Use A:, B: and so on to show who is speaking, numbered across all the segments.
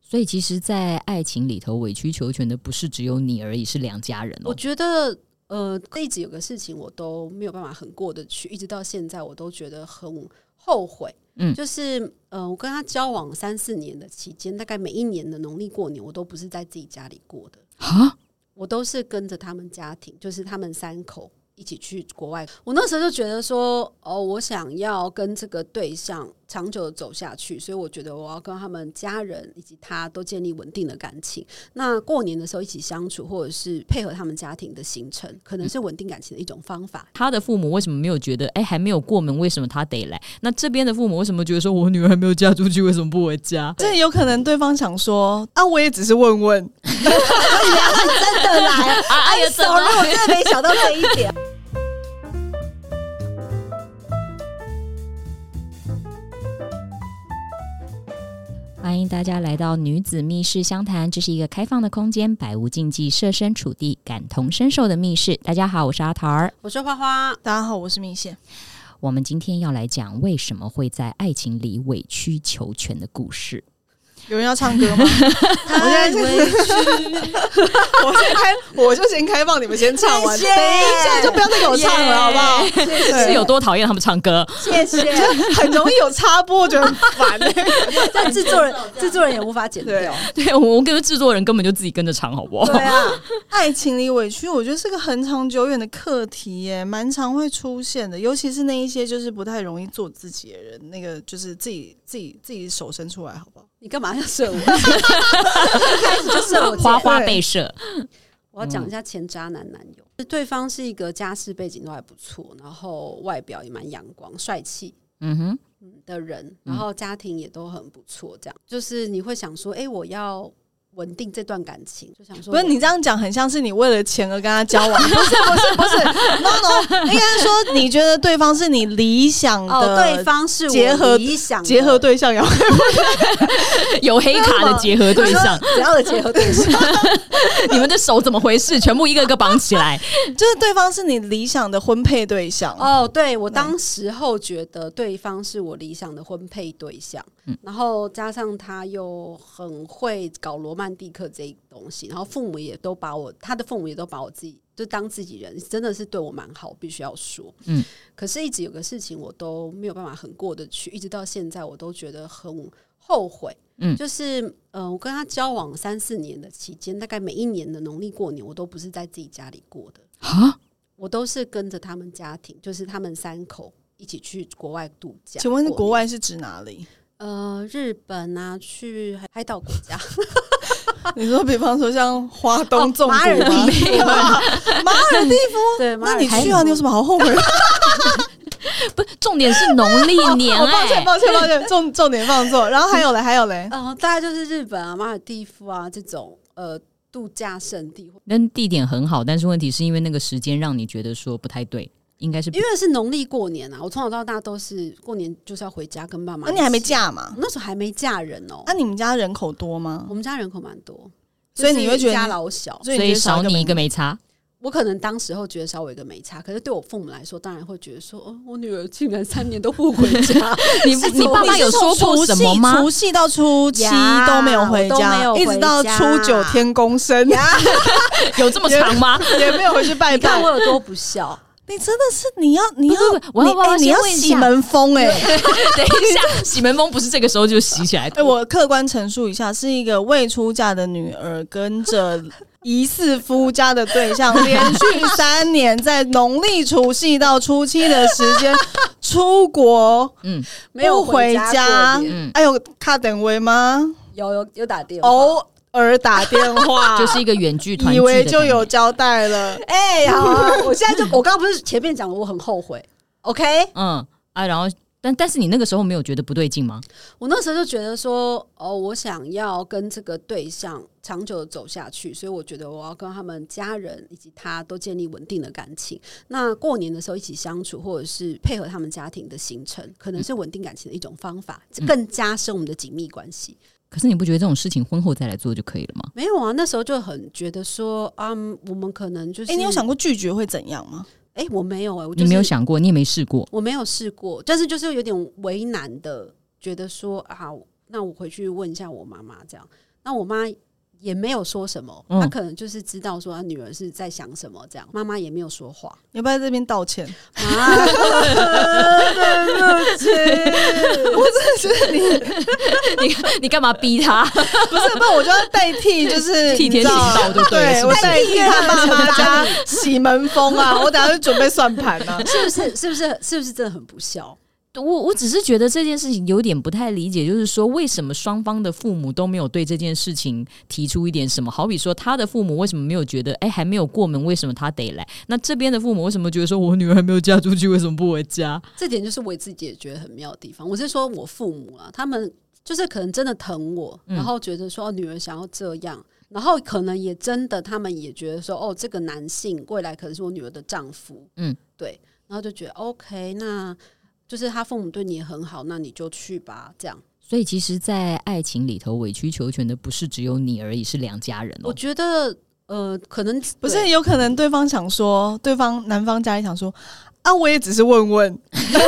A: 所以其实，在爱情里头委曲求全的不是只有你而已，是两家人
B: 我
A: 哦。
B: 觉得，呃，这一直有个事情我都没有办法很过得去，一直到现在我都觉得很后悔。
A: 嗯
B: 就是呃，我跟他交往三四年的期间，大概每一年的农历过年，我都不是在自己家里过的，
A: 啊，
B: 我都是跟着他们家庭，就是他们三口一起去国外。我那时候就觉得说，哦，我想要跟这个对象长久的走下去，所以我觉得我要跟他们家人以及他都建立稳定的感情。那过年的时候一起相处，或者是配合他们家庭的行程，可能是稳定感情的一种方法。
A: 他的父母为什么没有觉得，哎，还没有过门，为什么他得来？那这边的父母为什么觉得说，我女儿还没有嫁出去，为什么不回家？
C: 这有可能对方想说啊，我也只是问 问，
B: 真的 来，
A: 哎呀，怎么
B: sorry，我真的没想到这一点。
A: 欢迎大家来到女子密室相谈，这是一个开放的空间，百无禁忌，设身处地，感同身受的密室。大家好，我是阿桃儿。
B: 我说花花，
C: 大家好，我是米线。
A: 我们今天要来讲为什么会在爱情里委曲求全的故事。
C: 有人要唱歌 吗？我现在就
B: 委
C: 我先开，我就先开放你们先唱完，
B: 谢
C: 等
B: 谢
C: 一下就不要再给我唱了，好不好？对
A: 是有多讨厌他们唱歌？
B: 谢谢。
C: 就很容易有插播，我觉得很烦、欸
B: 但制作人，制作人也无法剪
C: 对
B: 掉。，
A: 对我，我跟制作人根本就自己跟着唱，好不好？
B: 对啊，
C: 爱情里委屈，我觉得是个很长久远的课题耶，蛮常会出现的，尤其是那一些就是不太容易做自己的人，那个就是自己自己自己手伸出来，好不好？
B: 你干嘛要射我？ 一开始就射我箭。
A: 花花被射，
B: 我要
C: 嗯
B: 讲一下前渣男男友，是对方是一个家世背景都还不错，然后外表也蛮阳光、帅气
A: 嗯哼，
B: 的人，
C: 嗯
B: 然后家庭也都很不错，这样就是你会想说，哎、我要稳定这段感情，就想说
C: 不是你这样讲，很像是你为了钱而跟他交往，不 是不是不是，no no，应该是说你觉得对方是你理想的、
B: 哦，对方是我
C: 结合
B: 理想的
C: 结合对象，然后
A: 有黑卡的结合对象，
B: 只要的结合对象，
A: 你们的手怎么回事？全部一个个绑起来，
C: 就是对方是你理想的婚配对象。
B: 哦，对我当时候觉得对方是我理想的婚配对象，
A: 嗯
B: 然后加上他又很会搞罗曼蒂克这一东西，然后父母也都把我，他的父母也都把我自己就当自己人，真的是对我蛮好，必须要说。
A: 嗯，
B: 可是一直有个事情我都没有办法很过得去，一直到现在我都觉得很后悔。
A: 嗯
B: 就是呃，我跟他交往三四年的期间，大概每一年的农历过年，我都不是在自己家里过的。
A: 啊，
B: 我都是跟着他们家庭，就是他们三口一起去国外度假。
C: 请问是国
B: 外？
C: 外是指哪里？
B: 呃，日本啊，去海海岛国家，
C: 哦 你说，比方说像花东纵谷
B: 马尔
C: 吗？
B: 地夫。
A: 哦
C: 马尔地
A: 嗯
C: 夫，
B: 对，马
C: 那
B: 尔
C: 你
B: 地
C: 去
B: 夫
C: 啊，你有什么好后悔的？
A: 不，重点是农历 年
C: 哦抱
A: 哎
C: 歉，，抱歉，抱歉，重 重点放错。然后还有嘞，还有嘞，
B: 呃，大概就是日本啊、马尔地夫啊这种呃度假胜地，
A: 那地点很好，但是问题是因为那个时间让你觉得说不太对，应该是
B: 因为是农历过年啊。我从小到大都是过年就是要回家跟爸妈。
C: 那你还没？嫁嘛
B: 我？那时候还没嫁人哦。
C: 啊那你们家人口多吗
B: 我？们家人口蛮多，
C: 所以你会
B: 就是
C: 觉得
B: 一家
C: 你
B: 老小。
C: 所
A: 所
C: 以你
A: 以
C: 就
A: 少你一
C: 妹
A: 个没差。
B: 我可能当时候觉得稍微一个没差，可是对我父母来说，当然会觉得说，哦，我女儿竟然三年都不回家，
A: 你
B: 是
A: 你
B: 从
A: 爸妈有说过什么吗
C: 你是从除夕？除夕到初七
B: 呀
C: 都没有回
B: 我都
C: 家
B: 没，有回
C: 一
B: 家
C: 直到初九天公生
A: 有这么长 吗？
C: 也没有回去拜
B: 你看
C: 拜
B: 我。有多不孝。
C: 你真的是你要你要
A: 不不不我要
C: 你
A: 我要
C: 哎你
A: 先
C: 要
A: 问一
C: 洗
A: 下
C: 门风哎
A: 等一下，洗门风不是这个时候就洗起来。
C: 哎，我客观陈述一下，是一个未出嫁的女儿跟着疑似夫家的对 象，连续三年在农历除夕到初七的时间出国。
A: 嗯，
B: 没有回过年
A: 嗯
C: 哎呦，卡等威吗？
B: 有有有打电话，
C: 偶尔打电 话，
A: 就是一个远距团
C: 以
A: 聚的感觉，
C: 为就有交代了。
B: 哎、好 啊、我现在就我刚刚不是前面讲了，我很后悔。OK，
A: 嗯啊，然后但但是你那个时候没有觉得不对劲吗？
B: 我那时候就觉得说，哦，我想要跟这个对象长久的走下去，所以我觉得我要跟他们家人以及他都建立稳定的感情。那过年的时候一起相处，或者是配合他们家庭的行程，可能是稳定感情的一种方法，
A: 嗯
B: 更加深我们的紧密关系。
A: 可是你不觉得这种事情婚后再来做就可以了吗？
B: 没有啊，那时候就很觉得说，啊，我们可能就是，
C: 哎、你有想过拒绝会怎样吗？
B: 哎、我没有哎、我、就是、
A: 你没有想过，你也没试过，
B: 我没有试过，但是就是有点为难的，觉得说啊，那我回去问一下我妈妈这样。那我妈也没有说什么，
A: 嗯
B: 她可能就是知道说她女儿是在想什么这样，妈妈也没有说话。
C: 你要不要在这边 道歉？
B: 啊，
C: 我真的觉得你
A: 你 你干嘛逼他？
C: 不是，不然我就要代替， 就是
A: 替天
C: 你知道
A: 行道就对了是
C: 对，
A: 不
C: 我
A: 是
C: 代替他爸妈 家洗门风啊，我等下就准备算盘啊。
B: 是不是？是不是？是不是真的很不孝？
A: 我我只是觉得这件事情有点不太理解，就是说为什么双方的父母都没有对这件事情提出一点什么？好比说他的父母为什么没有觉得，哎、还没有过门，为什么他得来？那这边的父母为什么觉得说我女儿还没有嫁出去，为什么不回家？
B: 这点就是我自己也觉得很妙的地方。我是说我父母啊，他们就是可能真的疼我，
A: 嗯
B: 然后觉得说、哦女儿想要这样，然后可能也真的他们也觉得说哦这个男性未来可能是我女儿的丈夫，
A: 嗯，
B: 对，然后就觉得哦 OK，那就是他父母对你也很好，那你就去吧，这样。
A: 所以其实，在爱情里头委曲求全的不是只有你而已，是两家人
B: 我
A: 哦。
B: 觉得呃，可能
C: 不
B: 对
C: 是，有可能对方想说，对方男方家里想说。啊，我也只是问问，
D: 真的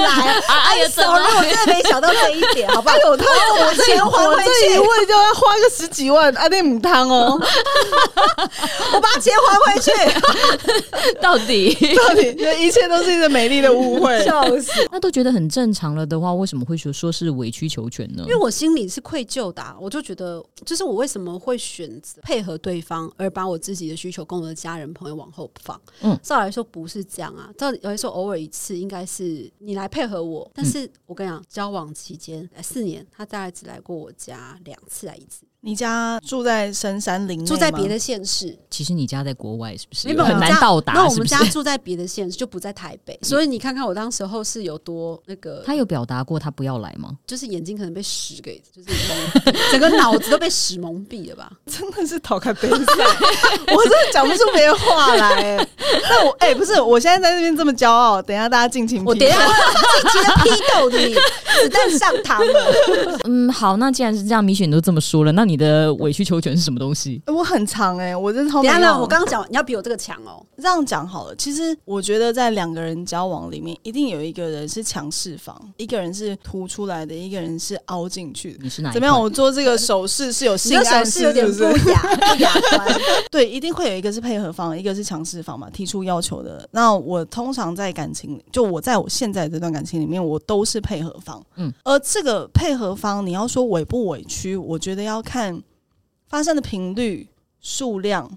D: 来。
A: 啊哎
D: 哎
A: 呀，
D: 呀
A: 怎么
D: ，sorry，我真的没想到这一点，好不好？
C: 有哎他
D: 我这钱还
C: 我
D: 回
C: 这一
D: 去，
C: 问就要花个十几万，啊，那母汤 哦，
D: 我把钱还回去，
A: 到底？
C: 到底一切都是一个美丽的误 会。
D: 笑死！
A: 那都觉得很正常了的话，为什么会说说是委曲求全呢
B: 因？为我心里是愧疚的啊、我就觉得，就是我为什么会选择配合对方，而把我自己的需求跟我的家人朋友往后放？
A: 嗯
B: 照理来说不是这样啊，照理来说偶尔一次应该是你来配合我，但是我跟你讲，交往期间呃四年，他大概只来过我家两次啊一次，
C: 你家住在深山林内吗，
B: 住在别的县市，
A: 其实你家在国外是不是
B: 没有
A: 很
B: 我们
A: 难
B: 家
A: 到达？
B: 那我
A: 是
B: 们
A: 不是
B: 家住在别的县市，就不在台北， 所以你看看我当时候是有多那个，
A: 他有表达过他不要来吗？
B: 就是眼睛可能被屎给，就是 蒙整个脑子都被屎蒙蔽了吧。
C: 真的是逃开 杯赛，我真的讲不出别的话来、欸。那我哎、不是，我现在在这边这么骄傲，等一下大家尽情批评。
D: 我等一下尽情的批斗你，子弹上膛了。
A: 嗯，好，那既然是这样，米雪你都这么说了，那你的委曲求全是什么东西？
C: 欸我很长哎、我真的超
B: 等一下
C: 没用。
B: 呢，我刚刚讲你要比我这个强哦。
C: 这样讲好了。其实我觉得在两个人交往里面，一定有一个人是强势方，一个人是凸出来的，一个人是凹进去的。
A: 你是哪一
C: 怎么样？
A: 块？
C: 我做这个手势是有
D: 你
C: 性
D: 的
C: 暗
D: 手
C: 示，
D: 势有点
C: 是
D: 不
C: 不是？
D: 雅，不雅观。
C: 对，一定会有一个是配合方，一个是强势方嘛，提出要求的。那我通常在感情里，就我在我现在这段感情里面，我都是配合方。
A: 嗯
C: 嗯，而这个配合方，你要说委不委屈，我觉得要看发生的频率、数量，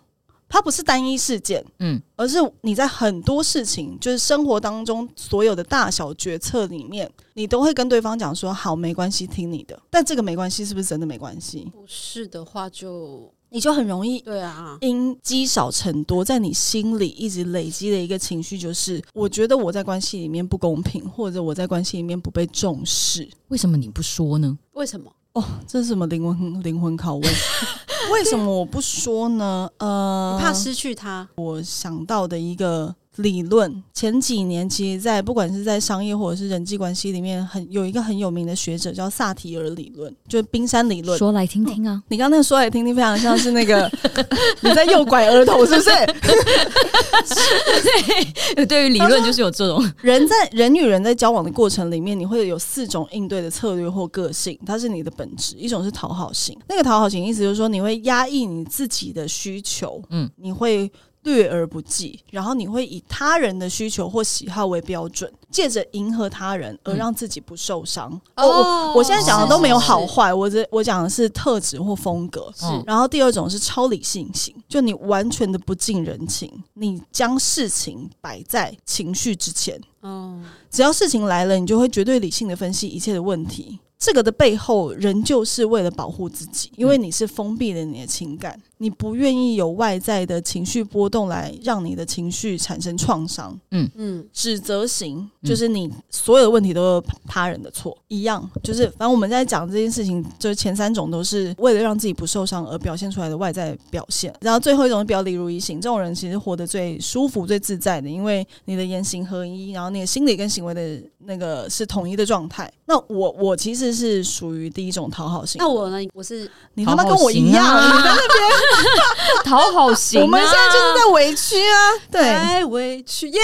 C: 它不是单一事件，
A: 嗯，
C: 而是你在很多事情，就是生活当中所有的大小决策里面，你都会跟对方讲说：“好，没关系，听你的。”但这个没关系是不是真的没关系？
B: 不是的话就
C: 你就很容易
B: 对啊，
C: 因积少成多，在你心里一直累积的一个情绪，就是我觉得我在关系里面不公平，或者我在关系里面不被重视。
A: 为什么你不说呢？
B: 为什么？
C: 哦，这是什么灵魂灵魂拷问？为什么我不说呢？呃
B: 你，怕失去他？
C: 我想到的一个理论，前几年其实在，不管是在商业或者是人际关系里面很，有一个很有名的学者叫萨提尔理论，就是冰山理论。
A: 说来听听 啊！
C: 你刚刚那个说来听听，非常像是那个 你在诱拐儿童，是不是？
A: 对于理论就是有这种，
C: 人在人与人在交往的过程里面，你会有四种应对的策略或个性，它是你的本质。一种是讨好型，那个讨好型意思就是说你会压抑你自己的需求，
A: 嗯
C: 嗯，你会略而不计，然后你会以他人的需求或喜好为标准，借着迎合他人而让自己不受伤。
B: 哦
C: 哦我我我现在讲的都没有好坏，我这我讲的是特质或风格。
B: 是
A: 嗯
C: 然后第二种是超理性型，就你完全的不近人情，你将事情摆在情绪之前。
B: 哦，
C: 只要事情来了，你就会绝对理性的分析一切的问题。这个的背后，仍旧是为了保护自己，因为你是封闭了你的情感，你不愿意有外在的情绪波动来让你的情绪产生创伤。
B: 嗯，
C: 指责型就是你所有的问题都是他人的错，一样就是反正我们在讲这件事情，就是前三种都是为了让自己不受伤而表现出来的外在表现，然后最后一种是表里如一型，这种人其实活得最舒服、最自在的，因为你的言行合一，然后你的心理跟行为的那个是统一的状态。那我我其实是属于第一种讨好型，
B: 那我呢？我是
C: 你他妈
A: 讨
C: 跟
A: 好
C: 我一
A: 型
C: 样，
A: 啊
C: 你在那边
A: 讨好型、啊，
C: 我们现在就是在委屈啊，对，
B: 太委屈耶！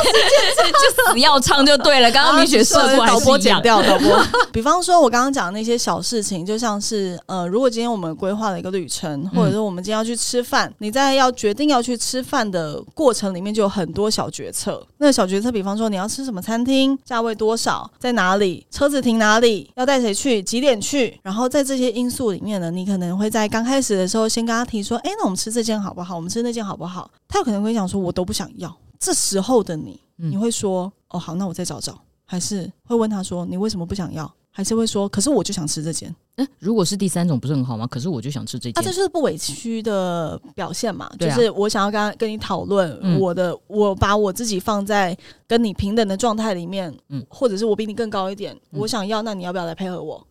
A: 就死要唱就对了。刚刚米雪射 出来
C: 啊导播
A: 是一
C: 剪
A: 样，
C: 掉，导播。比方说，我刚刚讲的那些小事情，就像是呃，如果今天我们规划了一个旅程，或者说我们今天要去吃饭，你在要决定要去吃饭的过程里面，就有很多小决策。那个小决策，比方说你要吃什么餐厅，价位多少，在哪里，车子停哪里，要带谁去，几点去。然后在这些因素里面呢，你可能会在刚开始的时候先跟他提说，哎，那我们吃这件好不好？我们吃那件好不好？他有可能会讲说，我都不想要。这时候的你，
A: 嗯
C: 你会说：“哦，好，那我再找找。”还是会问他说：“你为什么不想要？”还是会说：“可是我就想吃这间。
A: 诶如果是第三种不是很好吗？可是我就想吃这”
C: 啊，这
A: 件，
C: 就是不委屈的表现嘛，
A: 对
C: 就
A: 啊
C: 是我想要跟他跟你讨论、
A: 嗯
C: 我的，我把我自己放在跟你平等的状态里面，
A: 嗯
C: 或者是我比你更高一点，
A: 嗯
C: 我想要，那你要不要来配合我？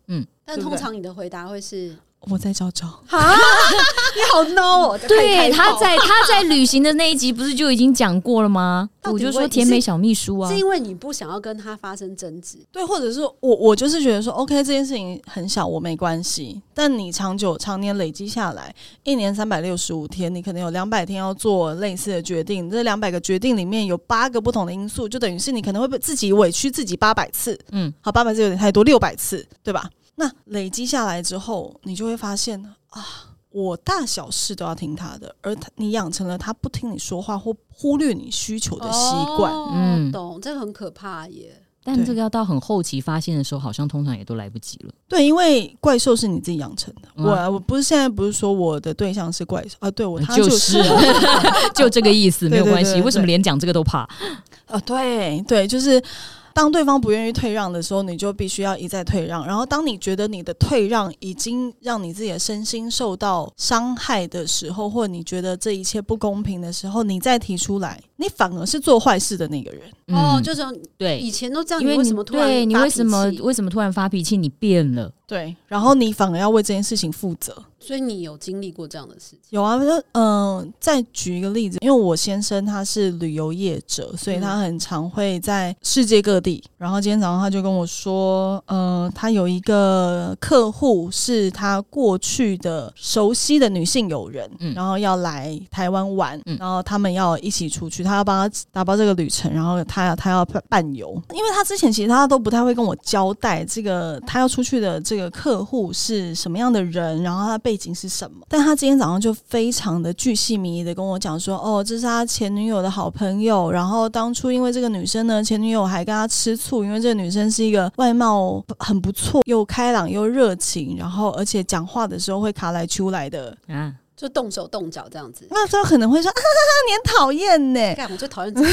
B: 但通常你的回答会是
C: 我再找找。
B: 啊，你好 no 哦！
A: 对，
B: 开
A: 他
B: 炮
A: 在他在旅行的那一集不是就已经讲过了吗？
B: 到底
A: 我就说
B: 为
A: 甜美小秘书啊
B: 是，因为你不想要跟他发生争执，
C: 对，或者是我我就是觉得说，OK，这件事情很小，我没关系。但你长久常年累积下来，一年三百六十五天，你可能有两百天要做类似的决定。这两百个决定里面有八个不同的因素，就等于是你可能会被自己委屈自己八百次。
A: 嗯，
C: 好，八百次有点太多，六百次，对吧？那累积下来之后，你就会发现啊，我大小事都要听他的，而他你养成了他不听你说话或忽略你需求
B: 我
C: 的习
B: 哦
C: 惯。
A: 嗯
B: 懂，这个很可怕耶。
A: 但
C: 对
A: 这个要到很后期发现的时候，好像通常也都来不及了。
C: 对，因为怪兽是你自己养成的。
A: 嗯
C: 我我不是现在不是说我的对象是怪兽啊，对我他
A: 就是是 就这个意思，没有
C: 对对
A: 关系。
C: 对
A: 为什么
C: 对
A: 连讲这个都怕？
C: 啊，对对，就是当对方不愿意退让的时候，你就必须要一再退让。然后当你觉得你的退让已经让你自己的身心受到伤害的时候，或你觉得这一切不公平的时候，你再提出来，你反而是做坏事的那个人。
B: 哦，
A: 嗯
B: 就是以
A: 对，
B: 前都这样，
A: 因为
B: 为
A: 你
B: 什么突然
A: 对你
B: 发
A: 为
B: 脾
A: 什么
B: 气
A: 为什么突然发脾气？你变了，
C: 对，然后你反而要为这件事情负责。
B: 所以你有经历过这样的事情？
C: 有啊，就嗯、呃再举一个例子，因为我先生他是旅游业者，所以
A: 嗯
C: 他很常会在世界各地。然后今天早上他就跟我说，呃，他有一个客户是他过去的熟悉的女性友人，
A: 嗯
C: 然后要来台湾玩，
A: 嗯
C: 然后他们要一起出去，他要帮他打包这个旅程，然后他要他要伴游，因为他之前其实他都不太会跟我交代这个他要出去的这个客户是什么样的人，然后他的背景是什么，但他今天早上就非常的巨细靡遗的跟我讲说，哦，这是他前女友的好朋友，然后当初因为这个女生呢，前女友还跟他吃醋，因为这个女生是一个外貌很不错，又开朗又热情，然后而且讲话的时候会卡来出来的，
A: 啊，
B: 就动手动脚这样子。
C: 那他可能会说，啊哈哈哈，你很讨厌呢，
B: 干，我最讨厌 这种，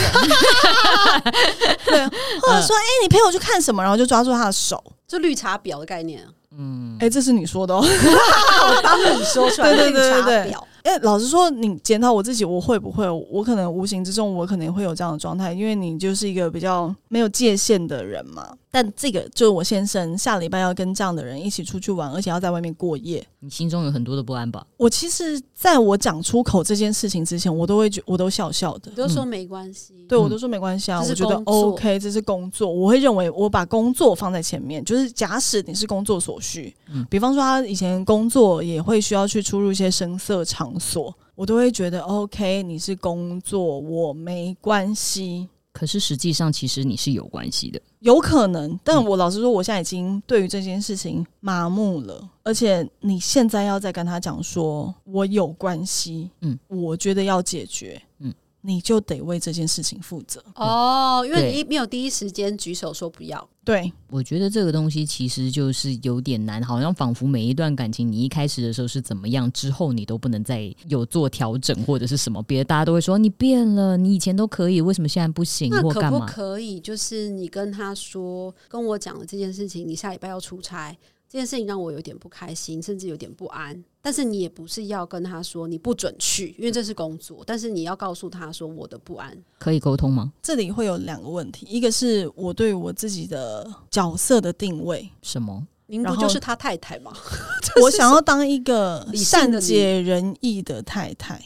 C: 或者说，哎、你陪我去看什么？然后就抓住他的手，
B: 就绿茶婊的概念啊，
A: 嗯
C: 哎、，这是你说的哦。
B: 我帮你说出来，
C: 对对
B: 绿
C: 对
B: 茶
C: 对对
B: 婊。
C: 哎、老实说，你检讨我自己，我会不会？我可能无形之中，我可能会有这样的状态，因为你就是一个比较没有界限的人嘛。但这个就是我先生下礼拜要跟这样的人一起出去玩，而且要在外面过夜。
A: 你心中有很多的不安吧？
C: 我其实在我讲出口这件事情之前，我都会觉，我都笑笑的
B: 你。就说没关系，
C: 对，
A: 嗯
C: 我都说没关系啊，
B: 这是
C: 我觉得
B: 工作
C: OK，这是工作，我会认为我把工作放在前面，就是假使你是工作所需，
A: 嗯
C: 比方说他以前工作也会需要去出入一些声色场所，我都会觉得 OK，你是工作，我没关系。
A: 可是实际上，其实你是有关系的。
C: 有可能，但我老实说，我现在已经对于这件事情麻木了。而且你现在要再跟他讲说，我有关系，
A: 嗯
C: 嗯，我觉得要解决，
A: 嗯
C: 嗯，你就得为这件事情负责。
B: 哦，因为
A: 对
B: 你没有第一时间举手说不要，
C: 对，
A: 我觉得这个东西其实就是有点难，好像仿佛每一段感情，你一开始的时候是怎么样，之后你都不能再有做调整或者是什么，别的大家都会说你变了，你以前都可以，为什么现在不行
B: 那
A: 或
B: 可
A: 干
B: 不
A: 嘛？
B: 可以，就是你跟他说，跟我讲了这件事情，你下礼拜要出差，这件事情让我有点不开心，甚至有点不安。但是你也不是要跟他说你不准去，因为这是工作，但是你要告诉他说我的不安。
A: 可以沟通吗？
C: 这里会有两个问题，一个是我对我自己的角色的定 位，
A: 什么？
B: 您不
C: 然后
B: 就是他太太吗？
C: 我想要当一个
B: 理性的
C: 善
B: 你
C: 解人意的太太。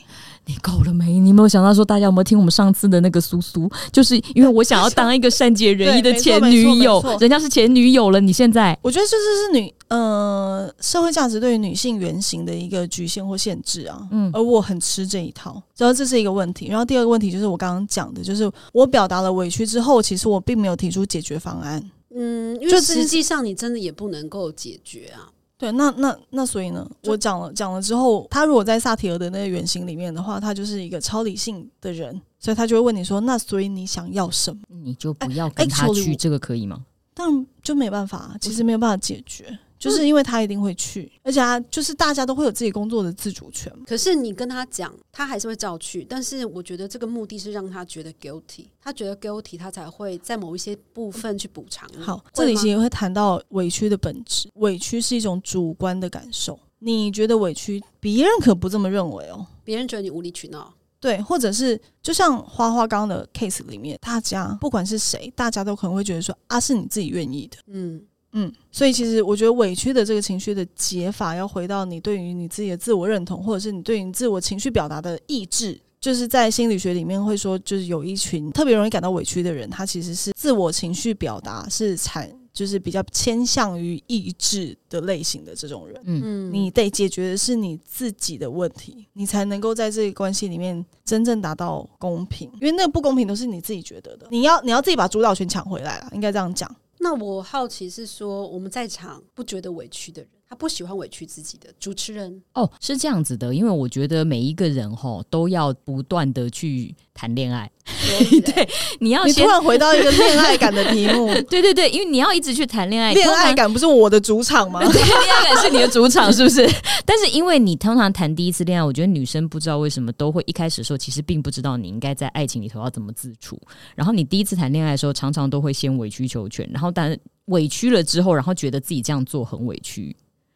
A: 你够了没？你有没有想到说，大家有没有听我们上次的那个苏苏？就是因为我想要当一个善解人意的
C: 对没错
A: 前女
C: 没错没
A: 友
C: 错，
A: 人家是前女友了，你现在
B: 嗯
C: 我觉得这就是女呃社会价值对于女性原型的一个局限或限制啊。
A: 嗯
C: 而我很吃这一套，然后这是一个问题。然后第二个问题就是我刚刚讲的，就是我表达了委屈之后，其实我并没有提出解决方案。
B: 嗯，因
C: 就
B: 为
C: 这件
B: 实际上你真的也不能够解决啊。
C: 对，那那那所以呢，
B: 就
C: 我讲了讲了之后，他如果在萨提尔的那个原型里面的话，他就是一个超理性的人，所以他就会问你说，那所以你想要什么？
A: 哎你就不要跟他
C: actually
A: 去，
C: 我
A: 这个可以吗？
C: 当然就没办法，啊其实没有办法解决，就是因为他一定会去，而且他就是大家都会有自己工作的自主权嘛。
B: 可是你跟他讲，他还是会照去。但是我觉得这个目的是让他觉得 guilty，他觉得 guilty，他才会在某一些部分去补偿你。
C: 好，
B: 嗯
C: 这
B: 会
C: 里
B: 吗
C: 其实会谈到委屈的本质，委屈是一种主观的感受，你觉得委屈，别人可不这么认为哦。
B: 别人觉得你无理取闹，
C: 对，或者是就像花花刚刚的 case 里面，大家不管是谁，大家都可能会觉得说啊，是你自己愿意的，
B: 嗯，
C: 嗯，所以其实我觉得委屈的这个情绪的解法，要回到你对于你自己的自我认同，或者是你对于你自我情绪表达的意志。就是在心理学里面会说，就是有一群特别容易感到委屈的人，他其实是自我情绪表达是产，就是比较偏向于意志的类型的这种人。
A: 嗯，
B: 嗯
C: 你得解决的是你自己的问题，你才能够在这个关系里面真正达到公平。因为那个不公平都是你自己觉得的，你要你要自己把主导权抢回来啊，应该这样讲。
B: 那我好奇是说，我们在场不觉得委屈的人，他不喜欢委屈自己的主持人，
A: 哦，是这样子的，因为我觉得每一个人吼都要不断的去谈恋爱， 对，你要
C: 你突
A: 先。
C: 然回到一个恋爱感的题目，
A: 对对对，因为你要一直去谈恋爱，
C: 恋
A: 通常
C: 爱感不是我的主 场吗？
A: 对，恋爱感是你的主场，是不 是？但是因为你通常谈第一次恋爱，我觉得女生不知道为什么都会一开始的时候，其实并不知道你应该在爱情里头要怎么自处。然后你第一次谈恋爱的时候，常常都会先委曲求全，然后但委屈了之后，然后觉得自己这样做很委屈。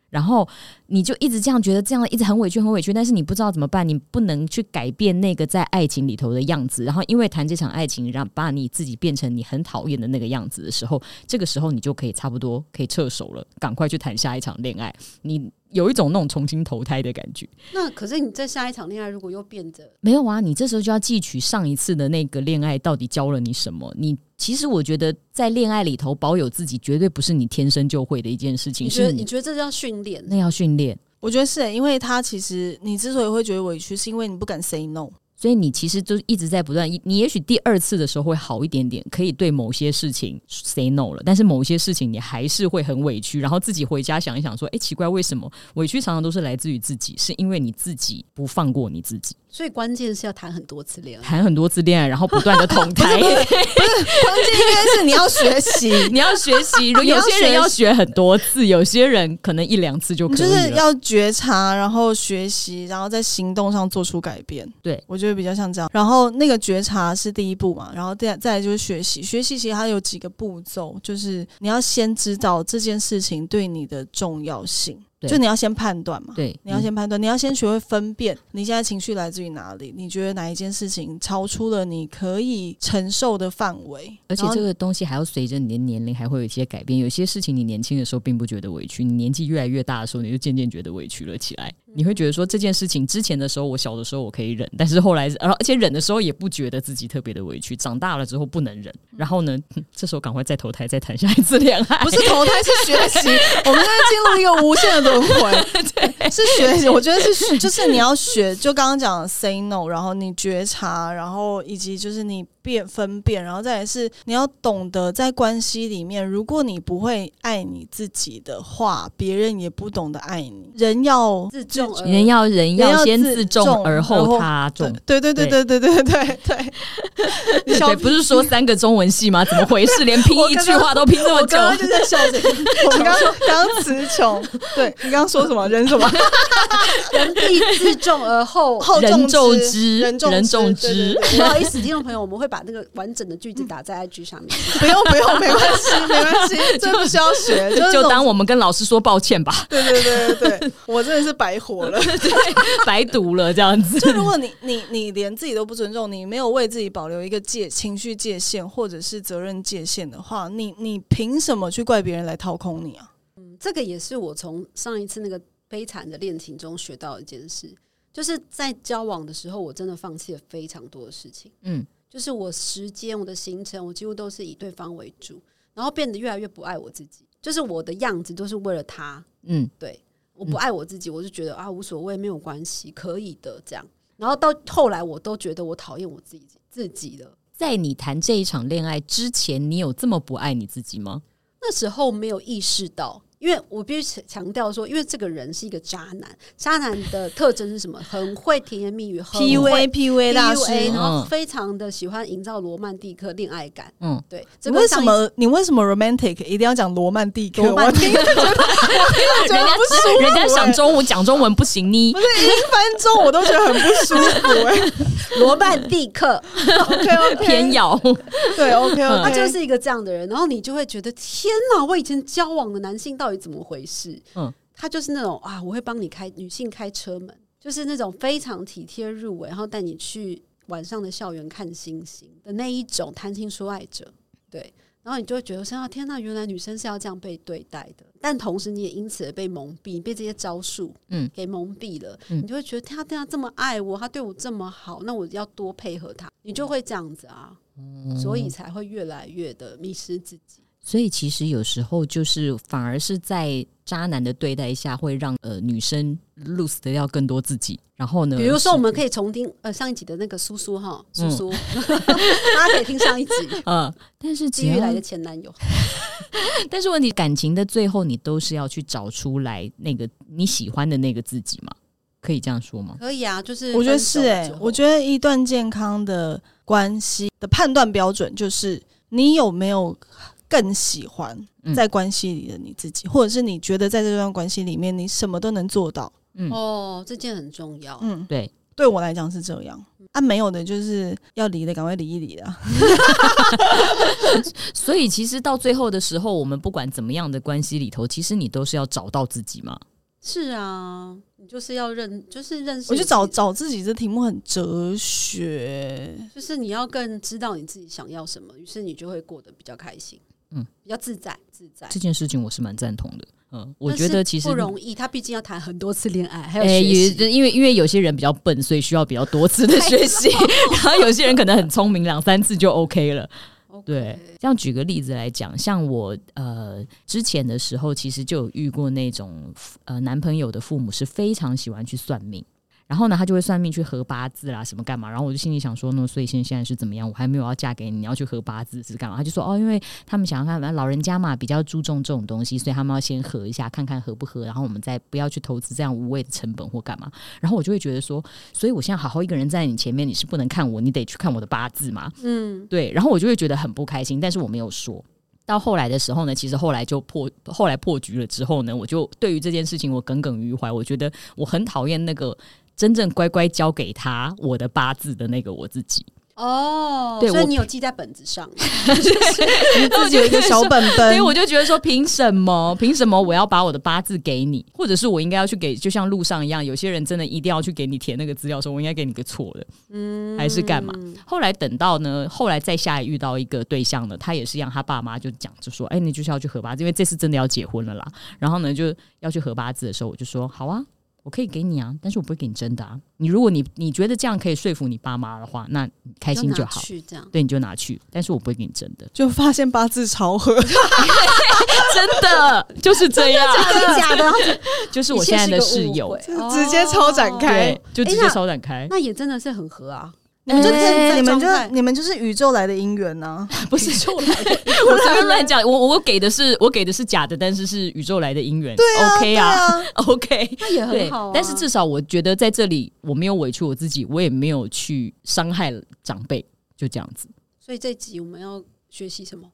A: 然后你就一直这样觉得这样一直很委屈很委屈，但是你不知道怎么办，你不能去改变那个在爱情里头的样子。然后因为谈这场爱情，让把你自己变成你很讨厌的那个样子的时候，这个时候你就可以差不多可以撤手了，赶快去谈下一场恋爱。你有一种那种重新投胎的感觉。
B: 那可是你在下一场恋爱如果又变得
A: 没有啊，你这时候就要汲取上一次的那个恋爱到底教了你什么。你其实我觉得在恋爱里头保有自己，绝对不是你天生就会的一件事情，
B: 你觉得
A: 是
B: 你
A: 你
B: 觉得这叫训练？
A: 那要训练。
C: 我觉得是、欸因为他其实你之所以会觉得委屈，是因为你不敢 say no。
A: 所以你其实就一直在不断，你也许第二次的时候会好一点点，可以对某些事情 say no 了，但是某些事情你还是会很委屈，然后自己回家想一想说，哎，奇怪，为什么委屈常常都是来自于自己，是因为你自己不放过你自己，
B: 所以关键是要谈很多次恋爱。
A: 谈很多次恋爱，然后不断的 捅开，
C: 关键应该是你要学习，
A: 你要学习，
C: 你要
A: 有些人要学很多次，有些人可能一两次就
C: 你
A: 可
C: 就
A: 以
C: 是
A: 了。
C: 要觉察，然后学习，然后在行动上做出改变。
A: 对
C: 我觉得比较像这样。然后那个觉察是第一步嘛，然后再再来就是学习。学习其实它有几个步骤，就是你要先知道这件事情对你的重要性，
A: 对
C: 就你要先判断嘛。
A: 对，嗯
C: 你要先判断，你要先学会分辨你现在情绪来自于哪里，你觉得哪一件事情超出了你可以承受的范围，
A: 而且
C: 然后
A: 这个东西还要随着你的年龄还会有一些改变，有些事情你年轻的时候并不觉得委屈，你年纪越来越大的时候，你就渐渐觉得委屈了起来。
C: 嗯
A: 你会觉得说这件事情之前的时候，我小的时候我可以忍，但是后来，而而且忍的时候也不觉得自己特别的委屈，长大了之后不能忍，
C: 嗯
A: 然后呢，哼这时候赶快再投胎再谈下一次恋爱，
C: 不是投胎，是学习。我们现在进入一个无限的轮 回，是学习。我觉得是学，就是你要学，就刚刚讲的 say no，然后你觉察，然后以及就是你辨分辨，然后再来是你要懂得在关系里面，如果你不会爱你自己的话，别人也不懂得爱你。人要
B: 自重而
A: 人要人
C: 人
A: 要
C: 要
A: 先
C: 嗯自
A: 自重
C: 重
A: 而
C: 然后
A: 后 他重，
C: 对对对对对 对对对，你笑
A: 对，不是说三个中文系吗？怎么回事？ 连拼一句话都拼这么
C: 我
A: 久啊
C: 刚，刚就在笑 这个，我们刚刚刚词穷。对你刚刚说什么？人什么？
B: 人必自重而后。
C: 厚重
A: 人重
C: 之
A: 之，
C: 人重
A: 人重
C: 之对对
A: 之
C: 对
B: 不好意思，听众朋友，我们会把那个完整的句子打在 IG 上面。
C: 不用不用，没关 系没关系，这不需要 学，就 是
A: 就
C: 那种
A: 当我们跟老师说抱歉 吧，
C: 对对对对对，我真的是白活了。
A: 白读了这样子。
C: 就如果你你你连自己都不尊重，你没有为自己保留一个界情绪界限或者是责任界限的话，你你凭什么去怪别人来掏空你啊？
B: 这个也是我从上一次那个悲惨的恋情中学到的一件事，就是在交往的时候，我真的放弃了非常多的事情。
A: 嗯，
B: 就是我时间、我的行程，我几乎都是以对方为主，然后变得越来越不爱我自己。就是我的样子都是为了他，
A: 嗯，
B: 对，我不爱我自己，我就觉得啊无所谓，没有关系，可以的这样。然后到后来，我都觉得我讨厌我自己自己了。
A: 在你谈这一场恋爱之前，你有这么不爱你自己吗？
B: 那时候没有意识到，因为我必须强调说，因为这个人是一个渣男，渣男的特征是什么？很会甜言蜜语，很会
C: PUA PUA 大师，
B: PUA，然后
A: 嗯
B: 非常的喜欢营造罗曼蒂克恋爱感。
A: 嗯，
B: 对，这
C: 你
B: 个
C: 为
B: 上
C: 什
B: 一
C: 么你为什么 romantic 一定要讲罗曼蒂克？
B: 罗曼
C: 我听
B: 蒂克
A: 人家人家想中文讲中文哎不行呢
C: 不，是一分钟我都觉得很不舒服 哎、
B: 罗曼蒂克，
C: OK OK，
A: 偏咬。
C: 对 OK
A: 嗯
B: 他
C: OK，
B: 就是一个这样的人，然后你就会觉得天哪，我以前交往的男性到底怎么回事？
A: 嗯
B: 嗯，他就是那种啊，我会帮你开女性开车门，就是那种非常体贴入微，然后带你去晚上的校园看星星的那一种谈情说爱者，对。然后你就会觉得，啊，天呐，原来女生是要这样被对待的。但同时，你也因此而被蒙蔽，被这些招数
A: 嗯
B: 给蒙蔽了。
A: 嗯
B: 你就会觉得，他对他啊这么爱我，他对我这么好，那我要多配合他，你就会这样子啊。所以才会越来越的迷失自己。
A: 所以其实有时候就是反而是在渣男的对待下，会让呃女生 lose 的掉更多自己。然后呢，
B: 比如说，我们可以重听呃上一集的那个苏苏哈，苏苏， 大家可以听上一集《
A: 呃，但是只
B: 地狱
A: 要
B: 来的前男友》。
A: 但是问题，感情的最后你都是要去找出来那个你喜欢的那个自己嘛？可以这样说吗？
B: 可以啊，就是
C: 我觉得是哎、
B: 哎，
C: 我觉得一段健康的关系的判断标准就是你有没有更喜欢
A: 嗯
C: 在关系里的你自己，或者是你觉得在这段关系里面你什么都能做到。
A: 嗯，
B: 哦，这件很重要。
C: 嗯，
A: 对，
C: 对我来讲是这样。啊，没有的，就是要离的，赶快离一离啊！
A: 所以其实到最后的时候，我们不管怎么样的关系里头，其实你都是要找到自己嘛。
B: 是啊，你就是要认，就是认识，
C: 我就找，找自己，这题目很哲学。
B: 就是你要更知道你自己想要什么，于是你就会过得比较开心，
A: 嗯
B: 嗯，比较自在，自在。
A: 这件事情我是蛮赞同的。嗯，我
B: 但
A: 觉
B: 是
A: 得其实
B: 不容易，他毕竟要谈很多次恋爱，还有
A: 诶，
B: 学
A: 哎也
B: 习。
A: 因为因为有些人比较笨，所以需要比较多次的学习，
B: 哎
A: 然后有些人可能很聪明，两三次就 OK 了。对，像举个例子来讲，像我呃之前的时候，其实就有遇过那种呃男朋友的父母是非常喜欢去算命，然后呢他就会算命去合八字啊啦什么干嘛，然后我就心里想说呢，所以现现在是怎么样？我还没有要嫁给你，你要去合八字是干嘛？他就说哦，因为他们想要看，反正老人家嘛比较注重这种东西，所以他们要先合一下，看看合不合，然后我们再不要去投资这样无谓的成本或干嘛。然后我就会觉得说，所以我现在好好一个人在你前面，你是不能看我，你得去看我的八字嘛。
B: 嗯，
A: 对，然后我就会觉得很不开心，但是我没有说。到后来的时候呢，其实后来就破，后来破局了之后呢，我就对于这件事情我耿耿于怀。我觉得我很讨厌那个真正乖乖交给他我的八字的那个我自己，
B: 哦，
A: 对
B: 所以
A: 我
B: 你有记在本子上，
C: 你自己有一个小本
A: 所
C: 本
A: 以，我就觉得说，凭什么？凭什么我要把我的八字给你？或者是我应该要去给，就像路上一样，有些人真的一定要去给你填那个资料的时候，我应该给你个错的，嗯，还是干嘛？后来等到呢，后来再下遇到一个对象呢，他也是让他爸妈就讲，就说，哎、你就是要去合八字，因为这次真的要结婚了啦。然后呢，就要去合八字的时候，我就说，好啊。我可以给你啊，但是我不会给你真的啊。你如果你你觉得这样可以说服你爸妈的话，那你开心
B: 就
A: 就
B: 拿
A: 好，
B: 去这样。
A: 对，你就拿去。但是我不会给你真的，
C: 就发现八字超 合。
A: 真的就是这样，
D: 真的假的？
A: 就是我现在的室
B: 一
A: 友，
B: 切是个误会哦
C: 直接超展开哎
A: 对，就直接
B: 那
A: 手展开，
B: 那也真的是很合啊。
C: 你们就
A: 哎
C: 是你们就
B: 状态
C: 你们就是宇宙来的姻缘啊呐、
A: 不是就来的， 我随便乱讲，我我给的是我给的是假的，但是是宇宙来的姻缘，对
C: 啊
A: o k
C: 对
A: 啊
C: 啊，
A: ，OK。
B: 那也
A: 对
B: 很好、啊，，
A: 但是至少我觉得在这里我没有委屈我自己，我也没有去伤害长辈，就这样子
B: 所以这集我们要学习什么？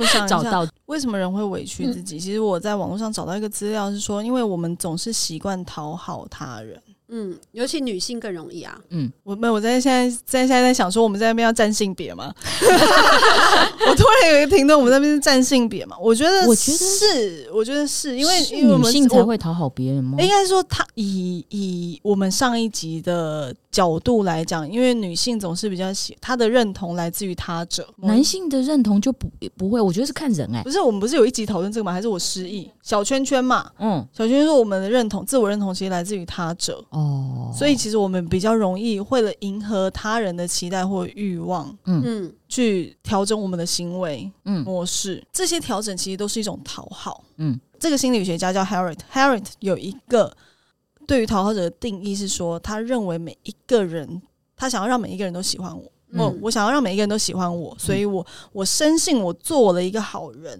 C: 我想一下
A: 找到
C: 为什么人会委屈
A: 嗯
C: 自己？其实我在网络上找到一个资料是说，因为我们总是习惯讨好他人。
B: 嗯，尤其女性更容易啊。
C: 我没有，我在现在在现在在想说，我们在那边要占性别吗？我突然有一个停顿，我们在那边是占性别嘛？我觉得
A: 我觉得
C: 是，我觉得是因为
A: 是
C: 因为我
A: 女
C: 们
A: 性才
C: 我哎
A: 会讨好别人吗？
C: 应该说他，以以我们上一集的角度来讲，因为女性总是比较喜她的认同来自于他者，
A: 男性的认同就不不会，我觉得是看人哎、
C: 不是我们不是有一集讨论这个吗？还是我失忆？小圈圈嘛，
A: 嗯，
C: 小圈圈说我们的认同、自我认同其实来自于他者，
A: 哦，
C: 所以其实我们比较容易为了迎合他人的期待或欲望，
B: 嗯，
C: 去调整我们的行为
A: 嗯
C: 模式。这些调整其实都是一种讨好。
A: 嗯，
C: 这个心理学家叫 Harriet，Harriet 有一个对于讨好者的定义是说，他认为每一个人，他想要让每一个人都喜欢我。
B: 嗯
C: 哦，我想要让每一个人都喜欢
A: 嗯
C: 我，所以我我深信我做了一个好人，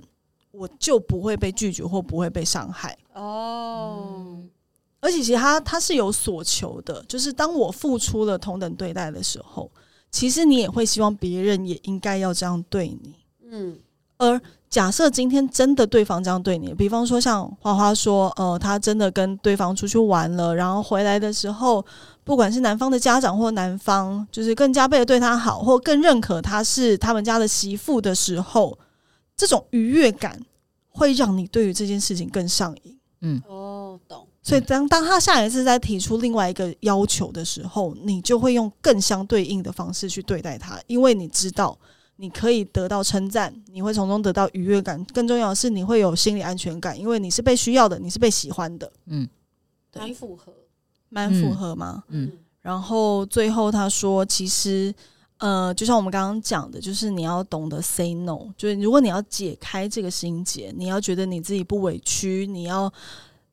C: 我就不会被拒绝或不会被伤害。
B: 哦，
C: 而且其实他他是有所求的，就是当我付出了同等对待的时候，其实你也会希望别人也应该要这样对你。
B: 嗯
C: 而假设今天真的对方这样对你，比方说像花花说，呃，他真的跟对方出去玩了，然后回来的时候，不管是男方的家长或男方，就是更加倍的对他好，或更认可他是他们家的媳妇的时候，这种愉悦感会让你对于这件事情更上瘾。
B: 哦，懂，
C: 所以当当他下一次再提出另外一个要求的时候，你就会用更相对应的方式去对待他，因为你知道你可以得到称赞，你会从中得到愉悦感，更重要的是你会有心理安全感，因为你是被需要的，你是被喜欢的，
A: 嗯
C: 对
B: 蛮符合，
C: 蛮符合吗？
A: 嗯
C: 然后最后他说，其实。呃，就像我们刚刚讲的，就是你要懂得 say no，就是如果你要解开这个心结，你要觉得你自己不委屈，你要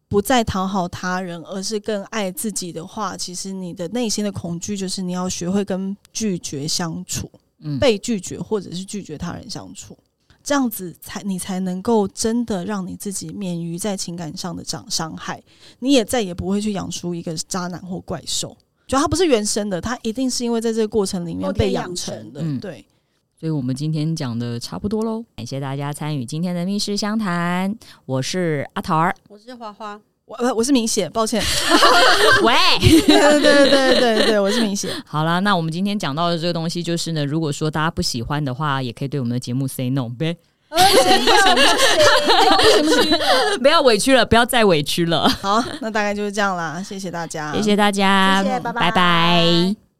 C: 不再讨好他人，而是更爱自己的话，其实你的内心的恐惧就是你要学会跟拒绝相处，
A: 嗯，
C: 被拒绝或者是拒绝他人相处，这样子才你才能够真的让你自己免于在情感上的伤伤害，你也再也不会去养出一个渣男或怪兽。主要他不是原生的，他一定是因为在这个过程里面
B: 后天
C: 被
B: 养
C: 养
B: 成
C: 成的。
A: 嗯
C: 对，
A: 所以我们今天讲的差不多喽，感谢大家参与今天的密室相谈，我是阿桃儿，
B: 我是花花，
C: 我呃我我是明显，抱歉，
A: 喂。
C: 对对对对对对，我是明显。
A: 好啦，那我们今天讲到的这个东西就是呢，如果说大家不喜欢的话，也可以对我们的节目 say no 呗， 不要委屈了，不要再委屈了，
C: 好，那大概就是这样啦，谢谢大家，
A: 啊谢谢大家，
D: 谢谢拜拜
A: 拜拜